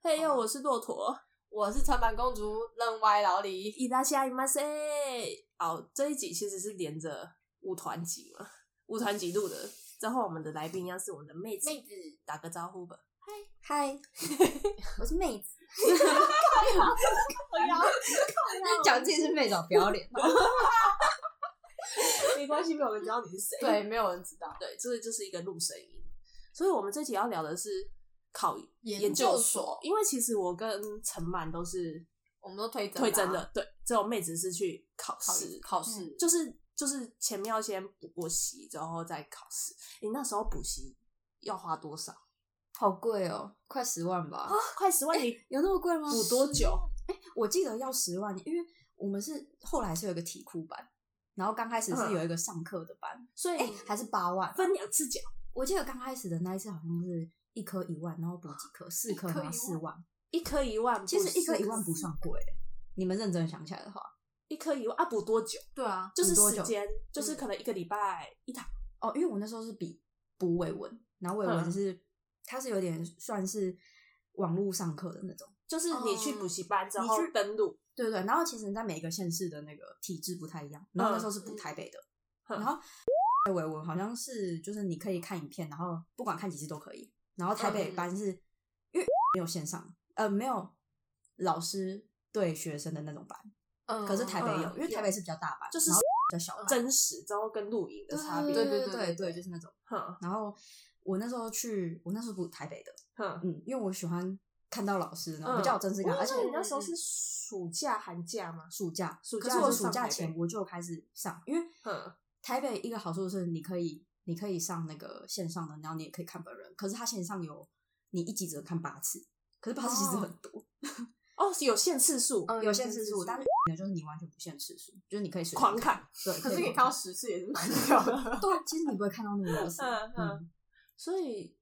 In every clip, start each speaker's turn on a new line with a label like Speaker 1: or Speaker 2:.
Speaker 1: 嘿呦，我是骆驼。
Speaker 2: 我是长板公主任歪老李，
Speaker 1: 伊拉西亚伊马塞。好，哦这一集其实是连着舞团集嘛，舞团集录的。之后我们的来宾要是我们的妹子，
Speaker 3: 妹子，
Speaker 1: 打个招呼吧。
Speaker 3: 嗨，我是妹 子，
Speaker 4: 讲自己是妹子，哦不要脸。
Speaker 1: 没关系，没有人知道你是谁。
Speaker 2: 对，没有人知道
Speaker 1: 对，这就是一个录声音。所以我们这集要聊的是考
Speaker 2: 研
Speaker 1: 研究
Speaker 2: 究所
Speaker 1: 因为其实我跟陈满都是
Speaker 2: 我们都推真
Speaker 1: 推真
Speaker 2: 的啊
Speaker 1: 的，对，只有妹子是去考
Speaker 2: 考
Speaker 1: 试，嗯
Speaker 2: 考试，
Speaker 1: 就是就是前面要先补过习，然后再考试。你那时候补习要花多少？
Speaker 4: 好贵哦，快十万吧？
Speaker 1: 快十
Speaker 4: 哎
Speaker 1: 万！你
Speaker 4: 有那么贵吗？哎
Speaker 1: 补多久？
Speaker 4: 我记得要十万，因为我们是后来是有一个题库班，然后刚开始是有一个上课的班，
Speaker 1: 所以
Speaker 4: 哎、还是八万。
Speaker 1: 分两次讲，
Speaker 4: 我记得刚开始的那一次好像是一科一万，然后补几科，四科
Speaker 2: 一科
Speaker 4: 然后
Speaker 2: 一
Speaker 4: 四万。
Speaker 1: 一科一万，
Speaker 4: 其实一科
Speaker 1: 科
Speaker 4: 一万不算贵，你们认真想起来的话，
Speaker 1: 一科一万啊，补多久？
Speaker 2: 对啊，
Speaker 1: 就是
Speaker 4: 补多久嗯
Speaker 1: 时间，就是可能一个礼拜一堂。
Speaker 4: 哦，因为我那时候是比补伟文，然后伟
Speaker 1: 嗯
Speaker 4: 文是、它是有点算是网络上课的那种。
Speaker 1: 就是你去补习班之
Speaker 4: 哦你
Speaker 1: 后
Speaker 4: 去
Speaker 1: 登录，
Speaker 4: 对对对，然后其实在每个县市的那个体制不太一样，然后那时候是补台北的，
Speaker 1: 嗯
Speaker 4: 然后伟文好像是就是你可以看影片，然后不管看几次都可以，然后台北班是、因为没有线上，呃，没有老师对学生的那种班，
Speaker 2: 嗯
Speaker 4: 可是台北有，
Speaker 1: 嗯
Speaker 4: 因为台北是比较大班，
Speaker 1: 就是
Speaker 4: 然后比较小班，
Speaker 1: 真实之后跟录影的差别。
Speaker 4: 嗯对
Speaker 2: 对
Speaker 4: 对
Speaker 2: 对对
Speaker 4: 对，就是那种。
Speaker 1: 哼
Speaker 4: 然后我那时候去，我那时候补台北的，
Speaker 1: 哼，
Speaker 4: 嗯，哦因为我喜欢看到老师，然后
Speaker 1: 嗯
Speaker 4: 比较有真实感，而且嗯
Speaker 1: 那你那时候是暑假寒假吗？
Speaker 4: 暑假，
Speaker 1: 暑
Speaker 4: 可
Speaker 1: 假
Speaker 4: 是我
Speaker 1: 就
Speaker 4: 暑
Speaker 1: 上
Speaker 4: 假
Speaker 1: 台北
Speaker 4: 前我就开始上，因为
Speaker 1: 嗯
Speaker 4: 台北一个好处是你可以你可以上那个线上的，然后你也可以看本人，可是它线上有你一集只能看八次，可是八次其实很多，
Speaker 1: 哦，有限次数，
Speaker 2: 嗯
Speaker 4: 有
Speaker 2: 有
Speaker 4: 限
Speaker 2: 限
Speaker 4: 次
Speaker 2: 次
Speaker 4: 数，
Speaker 2: 数
Speaker 4: 但是就是你完全不限次数，就是你可以随便
Speaker 1: 狂，看。
Speaker 4: 对，
Speaker 2: 可是
Speaker 4: 以
Speaker 2: 可以
Speaker 4: 狂。
Speaker 2: 看到十次也是 蛮屌的
Speaker 4: 对，其实你不会看到那么多次，
Speaker 1: 嗯嗯
Speaker 4: 嗯，
Speaker 1: 所以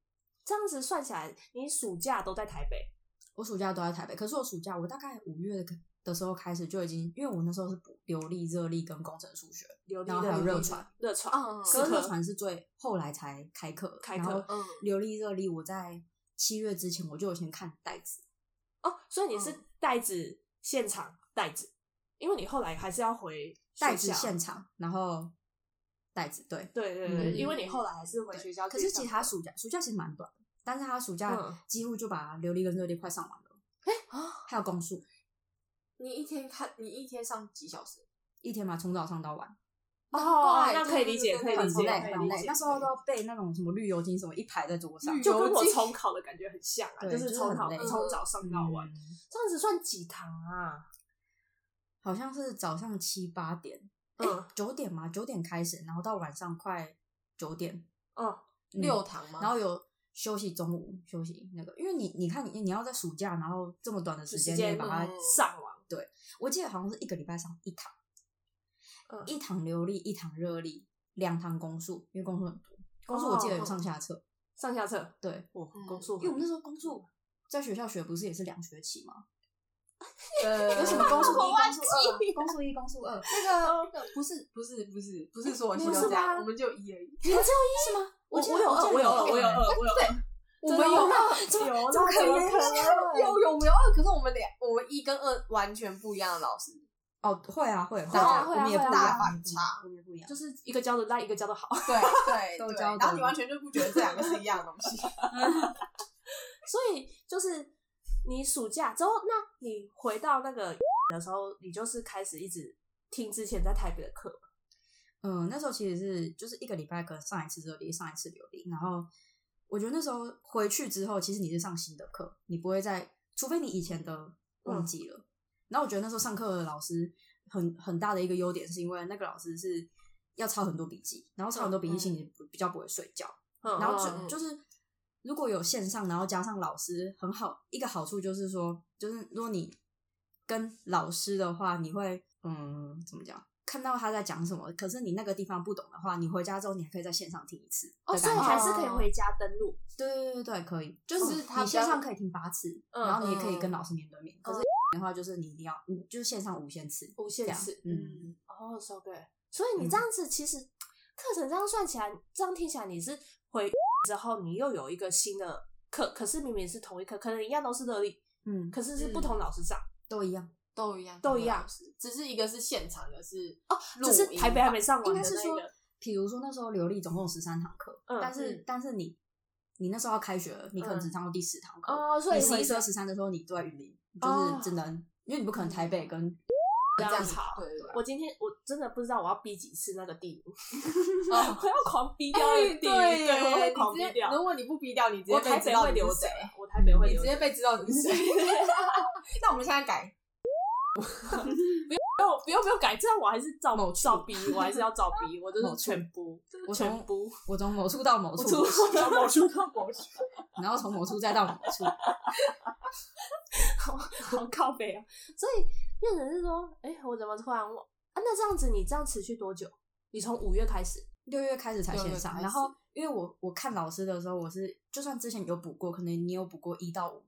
Speaker 1: 这样子算起来，你暑假都在台北，
Speaker 4: 我暑假都在台北，可是我暑假我大概五月的的时候开始就已经，因为我那时候是补流力、热力跟工程数学，
Speaker 1: 流利
Speaker 4: 然后还
Speaker 1: 的
Speaker 4: 有
Speaker 1: 流
Speaker 4: 热哦
Speaker 1: 利
Speaker 4: 传，
Speaker 1: 热传
Speaker 2: 嗯
Speaker 1: 四
Speaker 4: 可是
Speaker 1: 科
Speaker 4: 热传是最后来才开课，
Speaker 1: 开
Speaker 4: 然
Speaker 1: 课
Speaker 4: 后
Speaker 2: 嗯
Speaker 4: 流力、热力我在七月之前我就有先看袋子，
Speaker 1: 哦，所以你是
Speaker 2: 嗯
Speaker 1: 带子现场带子，因为你后来还是要回
Speaker 4: 袋
Speaker 1: 学
Speaker 4: 子
Speaker 1: 校
Speaker 4: 现场，然后袋子对。
Speaker 1: 对对对，
Speaker 4: 嗯
Speaker 1: 因为你后来还是回学校
Speaker 4: 可
Speaker 1: 去上课。
Speaker 4: 是其实他暑假暑假其实蛮短的，但是他暑
Speaker 1: 嗯
Speaker 4: 假几乎就把流力跟热力快上完了，
Speaker 2: 啊，
Speaker 4: 还有公数
Speaker 2: 你一天看，你一天上几小时？
Speaker 4: 一天嘛，从早上到晚，
Speaker 1: 哦，
Speaker 2: 对
Speaker 1: 那可以理解，
Speaker 2: 对
Speaker 1: 可以
Speaker 2: 对
Speaker 1: 理
Speaker 4: 很
Speaker 1: 解，
Speaker 4: 累
Speaker 1: 可以
Speaker 4: 很
Speaker 1: 理
Speaker 4: 累
Speaker 1: 解。
Speaker 4: 那时候都要背那种什么绿油精什么一排在桌上，
Speaker 2: 绿
Speaker 1: 就跟我
Speaker 2: 油精
Speaker 1: 重考的感觉很像啊，
Speaker 4: 对
Speaker 1: 就是
Speaker 4: 就是
Speaker 1: 重
Speaker 4: 很
Speaker 1: 考
Speaker 4: 累
Speaker 1: 从早上到晚，
Speaker 4: 嗯
Speaker 1: 这样子算几堂啊？
Speaker 4: 好像是早上七八点，
Speaker 1: 嗯
Speaker 4: 哎，九点嘛，九点开始，然后到晚上快九点，
Speaker 1: 嗯，
Speaker 4: 嗯
Speaker 2: 六堂吗？
Speaker 4: 然后有休息中午休息那个，因为你你看你你要在暑假，然后这么短的时
Speaker 1: 时
Speaker 4: 间
Speaker 1: 间
Speaker 4: 内把它，
Speaker 2: 嗯
Speaker 1: 上完，
Speaker 4: 我记得好像是一个礼拜上一堂，
Speaker 1: 嗯
Speaker 4: 一堂流力，一堂热力，两堂公数，因为公数很多，公数我记得有上下册，
Speaker 1: 哦上下册，
Speaker 4: 对，
Speaker 1: 我
Speaker 2: 嗯
Speaker 1: 公数
Speaker 4: 因为我们那时候公数在学校学不是也是两学期吗？
Speaker 2: 呃
Speaker 4: 有什么公数一、
Speaker 2: 我忘
Speaker 4: 公
Speaker 2: 记
Speaker 4: 数二、公数一、公数二？
Speaker 2: 那哦个那个不是不是不是不是说我记
Speaker 1: 不
Speaker 2: 得
Speaker 1: 是
Speaker 2: 这样，
Speaker 1: 吗
Speaker 2: 我们就一而已。
Speaker 1: 你们只有一是吗？我
Speaker 4: 我记得
Speaker 1: 我有
Speaker 4: 我
Speaker 1: 二，
Speaker 4: 记得
Speaker 1: 我有二，我有
Speaker 4: 有二
Speaker 1: 二，我有二，
Speaker 2: 哎我
Speaker 1: 真
Speaker 2: 们
Speaker 1: 的
Speaker 2: 有
Speaker 1: 吗
Speaker 2: 怎么
Speaker 1: 有
Speaker 2: 怎么
Speaker 1: 啦
Speaker 2: 可
Speaker 1: 怎么
Speaker 2: 能
Speaker 1: 可能
Speaker 2: 有有我们有二，可是我们两我们一跟二完全不一样的老师，
Speaker 4: 哦，会啊会，
Speaker 2: 会啊
Speaker 4: 我
Speaker 1: 会啊
Speaker 4: 们也不一
Speaker 1: 会啊
Speaker 4: 样
Speaker 2: 大反差，
Speaker 4: 我们也不一样
Speaker 1: 就。是一个教的烂，一个教的好。
Speaker 2: 对对
Speaker 4: 都
Speaker 2: 对，
Speaker 4: 教
Speaker 2: 然
Speaker 4: 的
Speaker 2: 后你完全就不觉得这两个是一样的东西。
Speaker 1: 所以就是你暑假之后，那你回到那个的时候，你就是开始一直听之前在台北的课。
Speaker 4: 嗯，那时候其实是就是一个礼拜可能上一次热力，上一次流力，然后我觉得那时候回去之后，其实你是上新的课，你不会再，除非你以前
Speaker 2: 嗯
Speaker 4: 的忘记了。然后我觉得那时候上课的老师很很大的一个优点，是因为那个老师是要抄很多笔记，然后抄很多笔记，
Speaker 2: 嗯
Speaker 4: 其实你不比较不会睡觉。
Speaker 1: 嗯
Speaker 4: 然后
Speaker 1: 嗯
Speaker 4: 就
Speaker 2: 嗯
Speaker 4: 就是如果有线上，然后加上老师，很好一个好处就是说，就是如果你跟老师的话，你会嗯怎么讲？看到他在讲什么，可是你那个地方不懂的话，你回家之后你还可以在线上听一次
Speaker 1: 哦，
Speaker 4: 的
Speaker 1: 所以
Speaker 4: 感
Speaker 1: 你
Speaker 4: 觉。
Speaker 1: 还是可以回家登录。
Speaker 4: 对对对对，可以，就
Speaker 2: 哦
Speaker 4: 是
Speaker 2: 他
Speaker 4: 你
Speaker 2: 比较
Speaker 4: 线上可以听八次，
Speaker 1: 嗯
Speaker 4: 然后你也可以
Speaker 2: 嗯
Speaker 4: 跟老师面对面。可是的话，就是你一定要，你就是线上无限次，
Speaker 1: 无限
Speaker 4: 这样
Speaker 1: 次
Speaker 4: 嗯，
Speaker 1: 哦，so good。所以你这样子其实课程这样算起来，这样听起来你是回之后你又有一个新的课，可是明明是同一课，可能一样都是热力，
Speaker 4: 嗯，
Speaker 1: 可是是不同老师上，
Speaker 4: 都一样。
Speaker 2: 都一样，
Speaker 1: 都一样，
Speaker 2: 只是一个是现场，一个是哦
Speaker 1: 只是台北还没上完
Speaker 4: 应
Speaker 1: 的
Speaker 4: 该
Speaker 1: 那
Speaker 4: 是说
Speaker 1: 一个。，
Speaker 4: 比如说那时候流利总共十三堂课，
Speaker 1: 嗯
Speaker 4: 但是
Speaker 2: 嗯
Speaker 4: 但是你你那时候要开学了，你可能
Speaker 1: 嗯
Speaker 4: 只上到第十堂课。
Speaker 1: 哦，所以
Speaker 4: 你十
Speaker 1: 回
Speaker 4: 一、十
Speaker 1: 家
Speaker 4: 二、十三的时候，你都在云林，
Speaker 1: 哦嗯
Speaker 4: 就是只能，因为你不可能台北跟
Speaker 1: 这样子
Speaker 2: 好，
Speaker 1: 跑。
Speaker 2: 对对
Speaker 1: 我今天我真的不知道我要逼几次那个地名，
Speaker 2: 对 哦
Speaker 1: 我要狂 逼掉那个地名，
Speaker 2: 对
Speaker 1: 对，我会狂
Speaker 2: 你
Speaker 1: 逼
Speaker 2: 直接
Speaker 1: 掉。
Speaker 2: 如果你不逼掉，你直
Speaker 1: 我
Speaker 2: 接
Speaker 1: 台
Speaker 2: 被知
Speaker 1: 北
Speaker 2: 道
Speaker 1: 会
Speaker 2: 你
Speaker 1: 留
Speaker 2: 是
Speaker 1: 谁
Speaker 2: 谁，
Speaker 1: 啊？我台北会
Speaker 2: 你
Speaker 1: 留
Speaker 2: 直
Speaker 1: 谁
Speaker 2: 接？被知道你 是谁。 那我们现在改，
Speaker 1: 不哦用不用不用改，这样我还是照
Speaker 4: 某处
Speaker 1: 照逼，我还是要照逼，我就
Speaker 4: 某
Speaker 1: 是
Speaker 4: 处
Speaker 1: 全部，就是
Speaker 4: 我
Speaker 1: 全
Speaker 4: 从
Speaker 1: 部，
Speaker 4: 我从某处到某
Speaker 1: 我
Speaker 4: 处，
Speaker 1: 从某处到某 处，
Speaker 4: 然后从某处再到某 处。
Speaker 1: 好好靠北啊！所以变成是说，哎、我怎么突然忘啊？那这样子你这样持续多久？你从五月开始，
Speaker 4: 六月开始才线上，
Speaker 2: 六月开始
Speaker 4: 然后因为我我看老师的时候，我是就算之前有补过，可能你有补过一到五，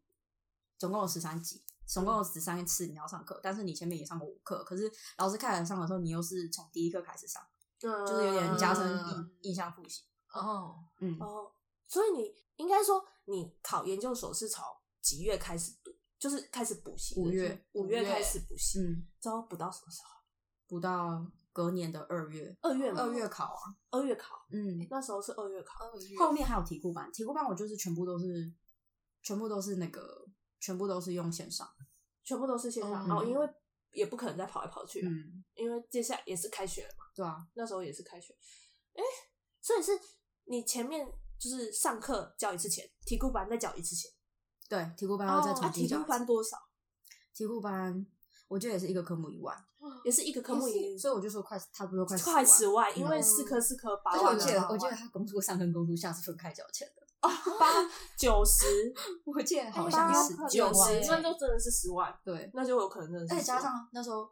Speaker 4: 总共有十三集，总共有十三次你要上课，但是你前面也上过五课，可是老师开始上的时候，你又是从第一课开始上，
Speaker 1: 嗯，
Speaker 4: 就是有点加深
Speaker 2: 嗯
Speaker 4: 印印象复习。
Speaker 2: 哦，
Speaker 4: 嗯，
Speaker 1: 哦。所以你应该说，你考研究所是从几月开始读？就是开始补习的，
Speaker 4: 五月
Speaker 1: 五
Speaker 2: 五
Speaker 1: 月
Speaker 2: 月
Speaker 1: 开始补习，
Speaker 4: 嗯，
Speaker 1: 之后补到什么时候？
Speaker 4: 补到隔年的二月，
Speaker 1: 二月吗？
Speaker 4: 二月考啊，
Speaker 1: 二月考，
Speaker 4: 嗯，
Speaker 1: 那时候是二月考，
Speaker 2: 哦
Speaker 4: 后面还有题库班，题库班我就是全部都是全部都是那个全部都是用线上，
Speaker 1: 全部都是线上、
Speaker 4: 嗯
Speaker 1: 哦，因为也不可能再跑来跑去、啊，
Speaker 4: 嗯，
Speaker 1: 因为接下来也是开学了嘛，
Speaker 4: 对啊，
Speaker 1: 那时候也是开学，哎、所以是你前面就是上课交一次钱，题库班再交一次钱，
Speaker 4: 对，题库班要再
Speaker 1: 哦啊，
Speaker 4: 重新
Speaker 1: 题
Speaker 4: 讲
Speaker 1: 库
Speaker 4: 一次
Speaker 1: 班多少？
Speaker 4: 题库班，我觉得也是一个科目一万，
Speaker 1: 也是一个科目
Speaker 4: 也
Speaker 1: 一
Speaker 4: 是，所以我就说快差不多快
Speaker 1: 快
Speaker 4: 十
Speaker 1: 十
Speaker 4: 万。
Speaker 1: 万，因为
Speaker 4: 嗯
Speaker 1: 四科四科八
Speaker 4: 而且
Speaker 1: 万
Speaker 4: 我
Speaker 1: 啊，
Speaker 4: 记得，
Speaker 2: 八万
Speaker 4: 我记得他公出上跟公出下是分开缴钱的，
Speaker 1: 八九十
Speaker 4: 我记得好
Speaker 2: 八
Speaker 4: 像是
Speaker 2: 块
Speaker 1: 九
Speaker 4: 九
Speaker 1: 十
Speaker 4: 万，，
Speaker 1: 那就真的是十万，
Speaker 4: 对，
Speaker 1: 那就有可能真的是10
Speaker 4: 而
Speaker 1: 万。
Speaker 4: 且加上那时候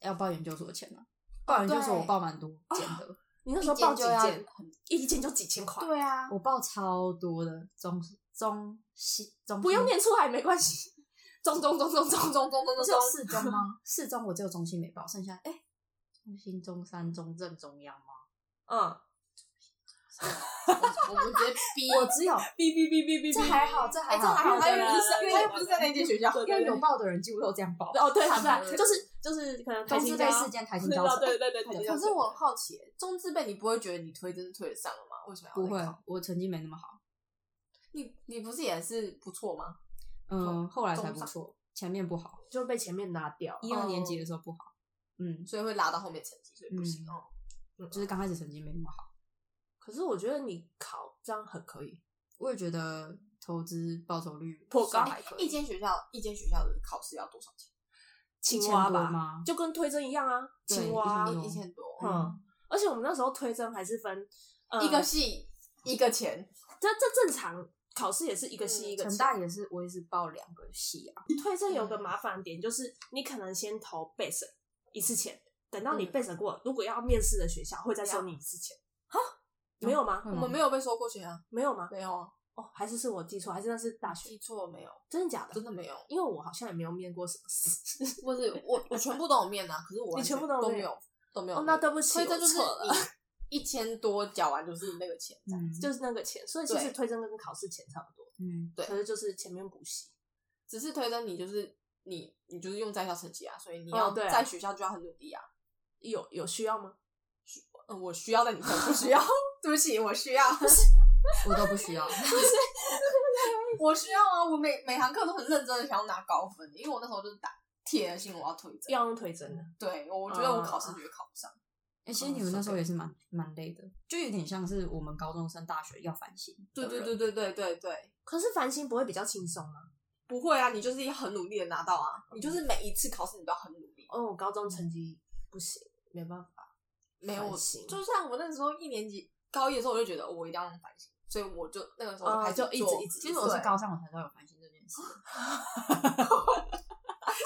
Speaker 4: 要报研究所的钱呢，报研究所
Speaker 2: 对
Speaker 4: 我报蛮多件的，
Speaker 1: 你那时候报几
Speaker 2: 一间就要
Speaker 1: 件，一件就几千块，
Speaker 2: 对啊，
Speaker 4: 我报超多的，中中西中
Speaker 1: 不用
Speaker 4: 西
Speaker 1: 念出来没关系。中中中中中中中中
Speaker 4: 我
Speaker 1: 中
Speaker 4: 只 有四中吗？四中我只有中心没报，剩下哎，中心、中山、中正、中央吗？
Speaker 1: 嗯，
Speaker 2: 我们直接逼。
Speaker 4: 我只 有
Speaker 1: 哔哔哔哔哔，
Speaker 4: 这还好，这
Speaker 2: 哎，
Speaker 4: 还
Speaker 2: 这还
Speaker 4: 好，
Speaker 2: 好，他
Speaker 1: 还
Speaker 2: 又
Speaker 1: 有
Speaker 2: 不是
Speaker 1: 对对对啊
Speaker 2: 他又不是在那间学校，
Speaker 1: 对
Speaker 4: 因
Speaker 1: 对
Speaker 4: 为
Speaker 1: 对
Speaker 4: 有报的人几乎都这样报。
Speaker 1: 哦，对啊，对啊，
Speaker 2: 对
Speaker 1: 就是就是可能台
Speaker 4: 中
Speaker 1: 青
Speaker 4: 资
Speaker 1: 交
Speaker 4: 杯事件台啊青交
Speaker 1: 对啊
Speaker 4: 城，
Speaker 1: 对对对，台青
Speaker 4: 对
Speaker 1: 交
Speaker 2: 可是
Speaker 1: 城
Speaker 2: 我好奇，中字辈你不会觉得你推真的推得上了吗？为什么要
Speaker 4: 不会
Speaker 2: 再考？，
Speaker 4: 我成绩没那么好。
Speaker 2: 你你不是也是不错吗？
Speaker 4: 嗯，后来才不
Speaker 2: 中
Speaker 4: 错，前面不好，
Speaker 1: 就被前面拿掉，
Speaker 4: 一二年级的时候不好。嗯，
Speaker 2: 所以会拉到后面成绩，所以不行
Speaker 4: 嗯
Speaker 2: 哦。
Speaker 4: 就是刚开始成绩没那么好。
Speaker 1: 可是我觉得你考这样很可以，
Speaker 4: 我也觉得投资报酬率
Speaker 1: 颇高
Speaker 4: 算还可以
Speaker 2: 一间学校一间学校的考试要多少钱？
Speaker 1: 青
Speaker 4: 千
Speaker 1: 蛙
Speaker 4: 多
Speaker 1: 吧，
Speaker 4: 吗？
Speaker 1: 就跟推甄一样啊，
Speaker 4: 对
Speaker 1: 青蛙
Speaker 4: 一
Speaker 1: 啊，
Speaker 4: 千多
Speaker 2: 一一千多，
Speaker 1: 嗯，而且我们那时候推甄还是分呃
Speaker 2: 一个系一个钱，
Speaker 1: 这这正常考试也是一个系
Speaker 2: 嗯
Speaker 1: 一个
Speaker 4: 成
Speaker 1: 系。
Speaker 4: 大也是，我也是报两个系啊。
Speaker 1: 推甄有个
Speaker 2: 嗯
Speaker 1: 麻烦点就是，你可能先投备审一次钱，等到你
Speaker 2: 嗯
Speaker 1: 备审过，如果要面试的学校会再收你一次钱。哈， 没有吗？
Speaker 4: 会
Speaker 2: 我
Speaker 4: 吗
Speaker 2: 们没有被收过钱啊，
Speaker 1: 没有吗？
Speaker 2: 没有啊，
Speaker 1: 哦，还是是我记错，还是那是大学？
Speaker 2: 记错没有，
Speaker 1: 真的假的？
Speaker 2: 真的没有。
Speaker 1: 因为我好像也没有面过什么试。
Speaker 2: 不是我，我全部都有面啊，可是我完全
Speaker 1: 你全部都有
Speaker 2: 都
Speaker 1: 面
Speaker 2: 没有都没有
Speaker 1: 哦
Speaker 2: 面。
Speaker 1: 那对不起
Speaker 2: 所以这就是
Speaker 1: 我错了
Speaker 2: 你一千多缴完就是那个钱，这样
Speaker 4: 嗯，
Speaker 1: 就是那个钱，所以其实
Speaker 2: 对
Speaker 1: 推甄跟考试钱差不多，
Speaker 4: 嗯，
Speaker 2: 对
Speaker 1: 可是就是前面补习。
Speaker 2: 只是推甄你就是你你就是用在校成绩啊，所以你
Speaker 1: 哦
Speaker 2: 要
Speaker 1: 对啊
Speaker 2: 在学校就要很努力啊。
Speaker 1: 有有需要吗？
Speaker 2: 嗯，我需要，但你可能不需 要。对不起，我需要，
Speaker 4: 我都不需要。
Speaker 2: 我需要啊！我每每堂课都很认真的想要拿高分，因为我那时候就是打铁了心我要推甄。
Speaker 1: 要用推甄的，
Speaker 2: 对，我觉得我考试绝对考不上。
Speaker 4: 哎，其实你们那时候也是蛮蛮累的，就有点像是我们高中升大学要反省。
Speaker 2: 对对对对对对对，
Speaker 1: 可是繁星不会比较轻松吗？
Speaker 2: 不会啊，你就是要很努力的拿到啊，你就是每一次考试你都要很努力。
Speaker 1: 嗯哦，我高中
Speaker 2: 嗯
Speaker 1: 成绩不行，没办法，
Speaker 2: 没有，
Speaker 1: 反省
Speaker 2: 就像我那时候一年级高一的时候，我就觉得哦我一定要用反省，所以我就那个时候
Speaker 1: 哦
Speaker 2: 还
Speaker 1: 就一直一直
Speaker 4: 其实我是
Speaker 2: 对
Speaker 4: 高三我才知道有反省这件事。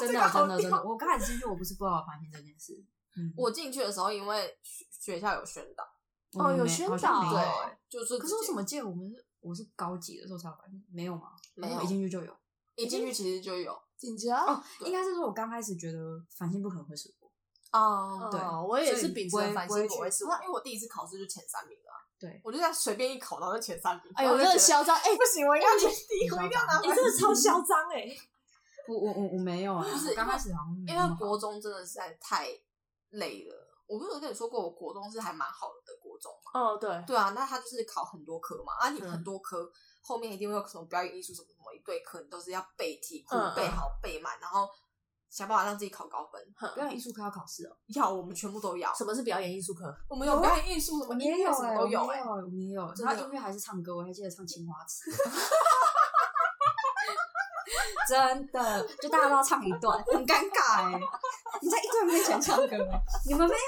Speaker 4: 真
Speaker 2: 这
Speaker 1: 啊
Speaker 4: 的
Speaker 2: 个好
Speaker 4: 真
Speaker 1: 哦
Speaker 4: 的真
Speaker 2: 屌
Speaker 4: 的，我刚开始进去我不是不知道有反省这件事。嗯，
Speaker 2: 我进去的时候，因为学学校有宣导，
Speaker 4: 我
Speaker 1: 哦
Speaker 4: 们
Speaker 1: 有
Speaker 4: 没
Speaker 1: 宣
Speaker 4: 好像
Speaker 1: 导
Speaker 4: 没有
Speaker 1: 哦
Speaker 4: 欸
Speaker 2: 对，就是
Speaker 4: 可是我
Speaker 2: 直接
Speaker 4: 怎么记得我们是我是高几的时候才有反省？没有吗？
Speaker 2: 没
Speaker 4: 我
Speaker 2: 有
Speaker 4: 一进去就有。
Speaker 2: 一进去其实就有
Speaker 1: 紧啊张。
Speaker 2: 对
Speaker 4: 应该是说我刚开始觉得反省不可能会是我。
Speaker 2: 啊
Speaker 4: 对
Speaker 1: 哦，我也
Speaker 4: 所以
Speaker 1: 是
Speaker 4: 你
Speaker 1: 秉
Speaker 4: 不
Speaker 1: 承
Speaker 4: 会
Speaker 1: 繁
Speaker 4: 不
Speaker 1: 星
Speaker 4: 会
Speaker 1: 不会
Speaker 4: 去
Speaker 1: 是我
Speaker 2: 那因为我第一次考试就前三名了啊，
Speaker 4: 对，
Speaker 2: 我就这样随便一考到那前三名，
Speaker 1: 哎呦，
Speaker 2: 我
Speaker 1: 我真的嚣张！哎、
Speaker 2: 不行，我一定要第一，我一定要拿
Speaker 1: 你真的超嚣张哎！
Speaker 4: 我我我我没有啊，
Speaker 2: 不是
Speaker 4: 我刚开始好像没
Speaker 2: 因
Speaker 4: 那么
Speaker 2: 为
Speaker 4: 好
Speaker 2: 国中真的实在太累了。我不是有跟你说过，我国中是还蛮好的国中嘛？
Speaker 1: 哦，对，
Speaker 2: 对啊，那他就是考很多科嘛，啊，你
Speaker 1: 嗯
Speaker 2: 很多科、后面一定会有什么表演艺术什么什么一堆科，你都是要背题库、
Speaker 1: 嗯嗯
Speaker 2: 背好背满，然后想办法让自己考高分。
Speaker 4: 表演艺术课要考试哦，
Speaker 2: 要我们全部都要，
Speaker 1: 什么是表演艺术课？
Speaker 2: 我们有表演艺术什么音乐什么
Speaker 4: 哎，
Speaker 2: 都
Speaker 4: 我也
Speaker 2: 有
Speaker 4: 有
Speaker 2: 哎、
Speaker 4: 哎，我们也有，
Speaker 2: 真的
Speaker 4: 然后音乐还是唱歌，我还记得唱《青花瓷》， 真的，就大家都要唱一段，很尴尬哎，你在一堆人面前唱歌， 你们没有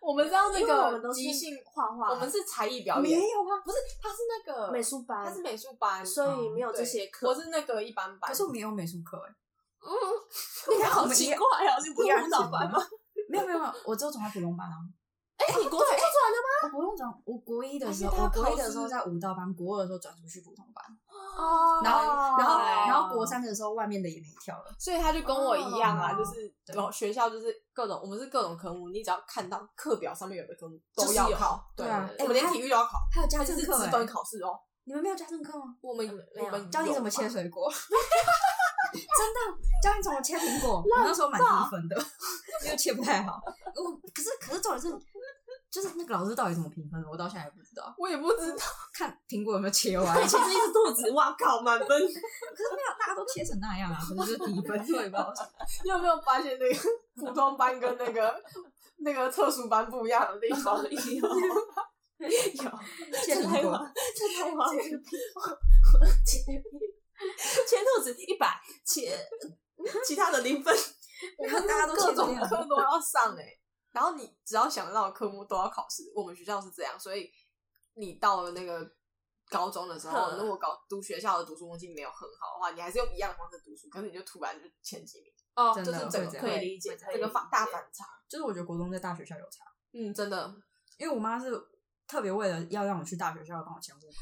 Speaker 2: 我们知道那
Speaker 1: 因为我们
Speaker 2: 个
Speaker 1: 都是
Speaker 2: 即兴，
Speaker 1: 画画，
Speaker 2: 我们是才艺表
Speaker 4: 没
Speaker 2: 演，
Speaker 4: 有啊？
Speaker 2: 不是他是那个
Speaker 1: 美，术班
Speaker 2: 他，是美术班，
Speaker 1: 所以没有
Speaker 2: 对
Speaker 1: 这些课
Speaker 2: 我。是那个一般班。
Speaker 4: 可是我们也有美术课哎，
Speaker 1: 你看
Speaker 4: 我
Speaker 1: 好
Speaker 4: 们
Speaker 1: 奇
Speaker 4: 也
Speaker 1: 怪哦，你不是舞蹈班吗？
Speaker 4: 没有没有没有，我只有转到普通 班啊，哦
Speaker 1: 哎， 你国中就转了
Speaker 4: 我不用转，我国一的时
Speaker 2: 而且
Speaker 4: 候，
Speaker 2: 他
Speaker 4: 我国一
Speaker 2: 考
Speaker 4: 的
Speaker 2: 试
Speaker 4: 时候在舞蹈班，国二的时候转出去普通班，
Speaker 1: 吗？哦
Speaker 4: 然后然后然后国
Speaker 1: 三。
Speaker 4: 三的时候外面的也没跳了，
Speaker 2: 所以他就跟我一样啊，
Speaker 1: 哦
Speaker 2: 就是
Speaker 4: 对
Speaker 2: 然后学校就是各种，我们是各种科目，你只要看到课表上面有的科目
Speaker 1: 就是
Speaker 2: 都要
Speaker 1: 有
Speaker 2: 考，
Speaker 4: 对啊
Speaker 2: 我
Speaker 4: 哎
Speaker 2: 们连
Speaker 4: 我还
Speaker 2: 体育都要考，
Speaker 4: 还有家
Speaker 2: 它
Speaker 4: 政
Speaker 2: 是
Speaker 4: 课
Speaker 2: 直
Speaker 4: 哎
Speaker 2: 分考试哦。
Speaker 4: 你们没有家政课吗？
Speaker 2: 我们
Speaker 1: 没有
Speaker 2: 我们
Speaker 4: 教你
Speaker 2: 有
Speaker 4: 怎么切
Speaker 2: 吧，
Speaker 4: 水果， 真的，教你怎么切苹 果。我那时候蛮低分的， 因为切不太好。我可是可是重点是，就是那个老师到底怎么评分的，我到现在也不知道。
Speaker 2: 我也不知道，
Speaker 4: 看苹果有没有切 完，
Speaker 1: 对，
Speaker 4: 可
Speaker 1: 其实一只兔子，哇靠，满分！
Speaker 4: 是没有，大家都切成那样 啊，可能就是低分，所以不 好说。
Speaker 2: 你有没有发现那个普通班跟那个那个特殊班不一样的地
Speaker 4: 哦
Speaker 2: 方？
Speaker 1: 有 有，
Speaker 4: 切
Speaker 1: 这
Speaker 4: 苹
Speaker 1: 太
Speaker 4: 果
Speaker 1: 荒，这太荒谬了！切切兔子一百，切其他的零分。
Speaker 2: 我
Speaker 4: 没有大家 都
Speaker 2: 各
Speaker 4: 切
Speaker 2: 种
Speaker 4: 成那样
Speaker 2: 科都要上哎、然后你只要想到的科目都要考试，我们学校是这样，所以你到了那个高中的时候，
Speaker 1: 嗯
Speaker 2: 如果高读学校的读书成绩没有很好的话，你还是用一样的方式读书，可是你就突然就前几名，
Speaker 1: 哦
Speaker 4: 真
Speaker 2: 就
Speaker 4: 的
Speaker 2: 是
Speaker 4: 会
Speaker 2: 整个
Speaker 4: 这样
Speaker 1: 可以理解，可以
Speaker 2: 整个
Speaker 1: 理
Speaker 2: 反
Speaker 1: 解
Speaker 2: 大反差，
Speaker 4: 就是我觉得国中在大学校有差，
Speaker 2: 嗯，真的，
Speaker 4: 因为我妈是特别为了要让我去大学校帮我签户口，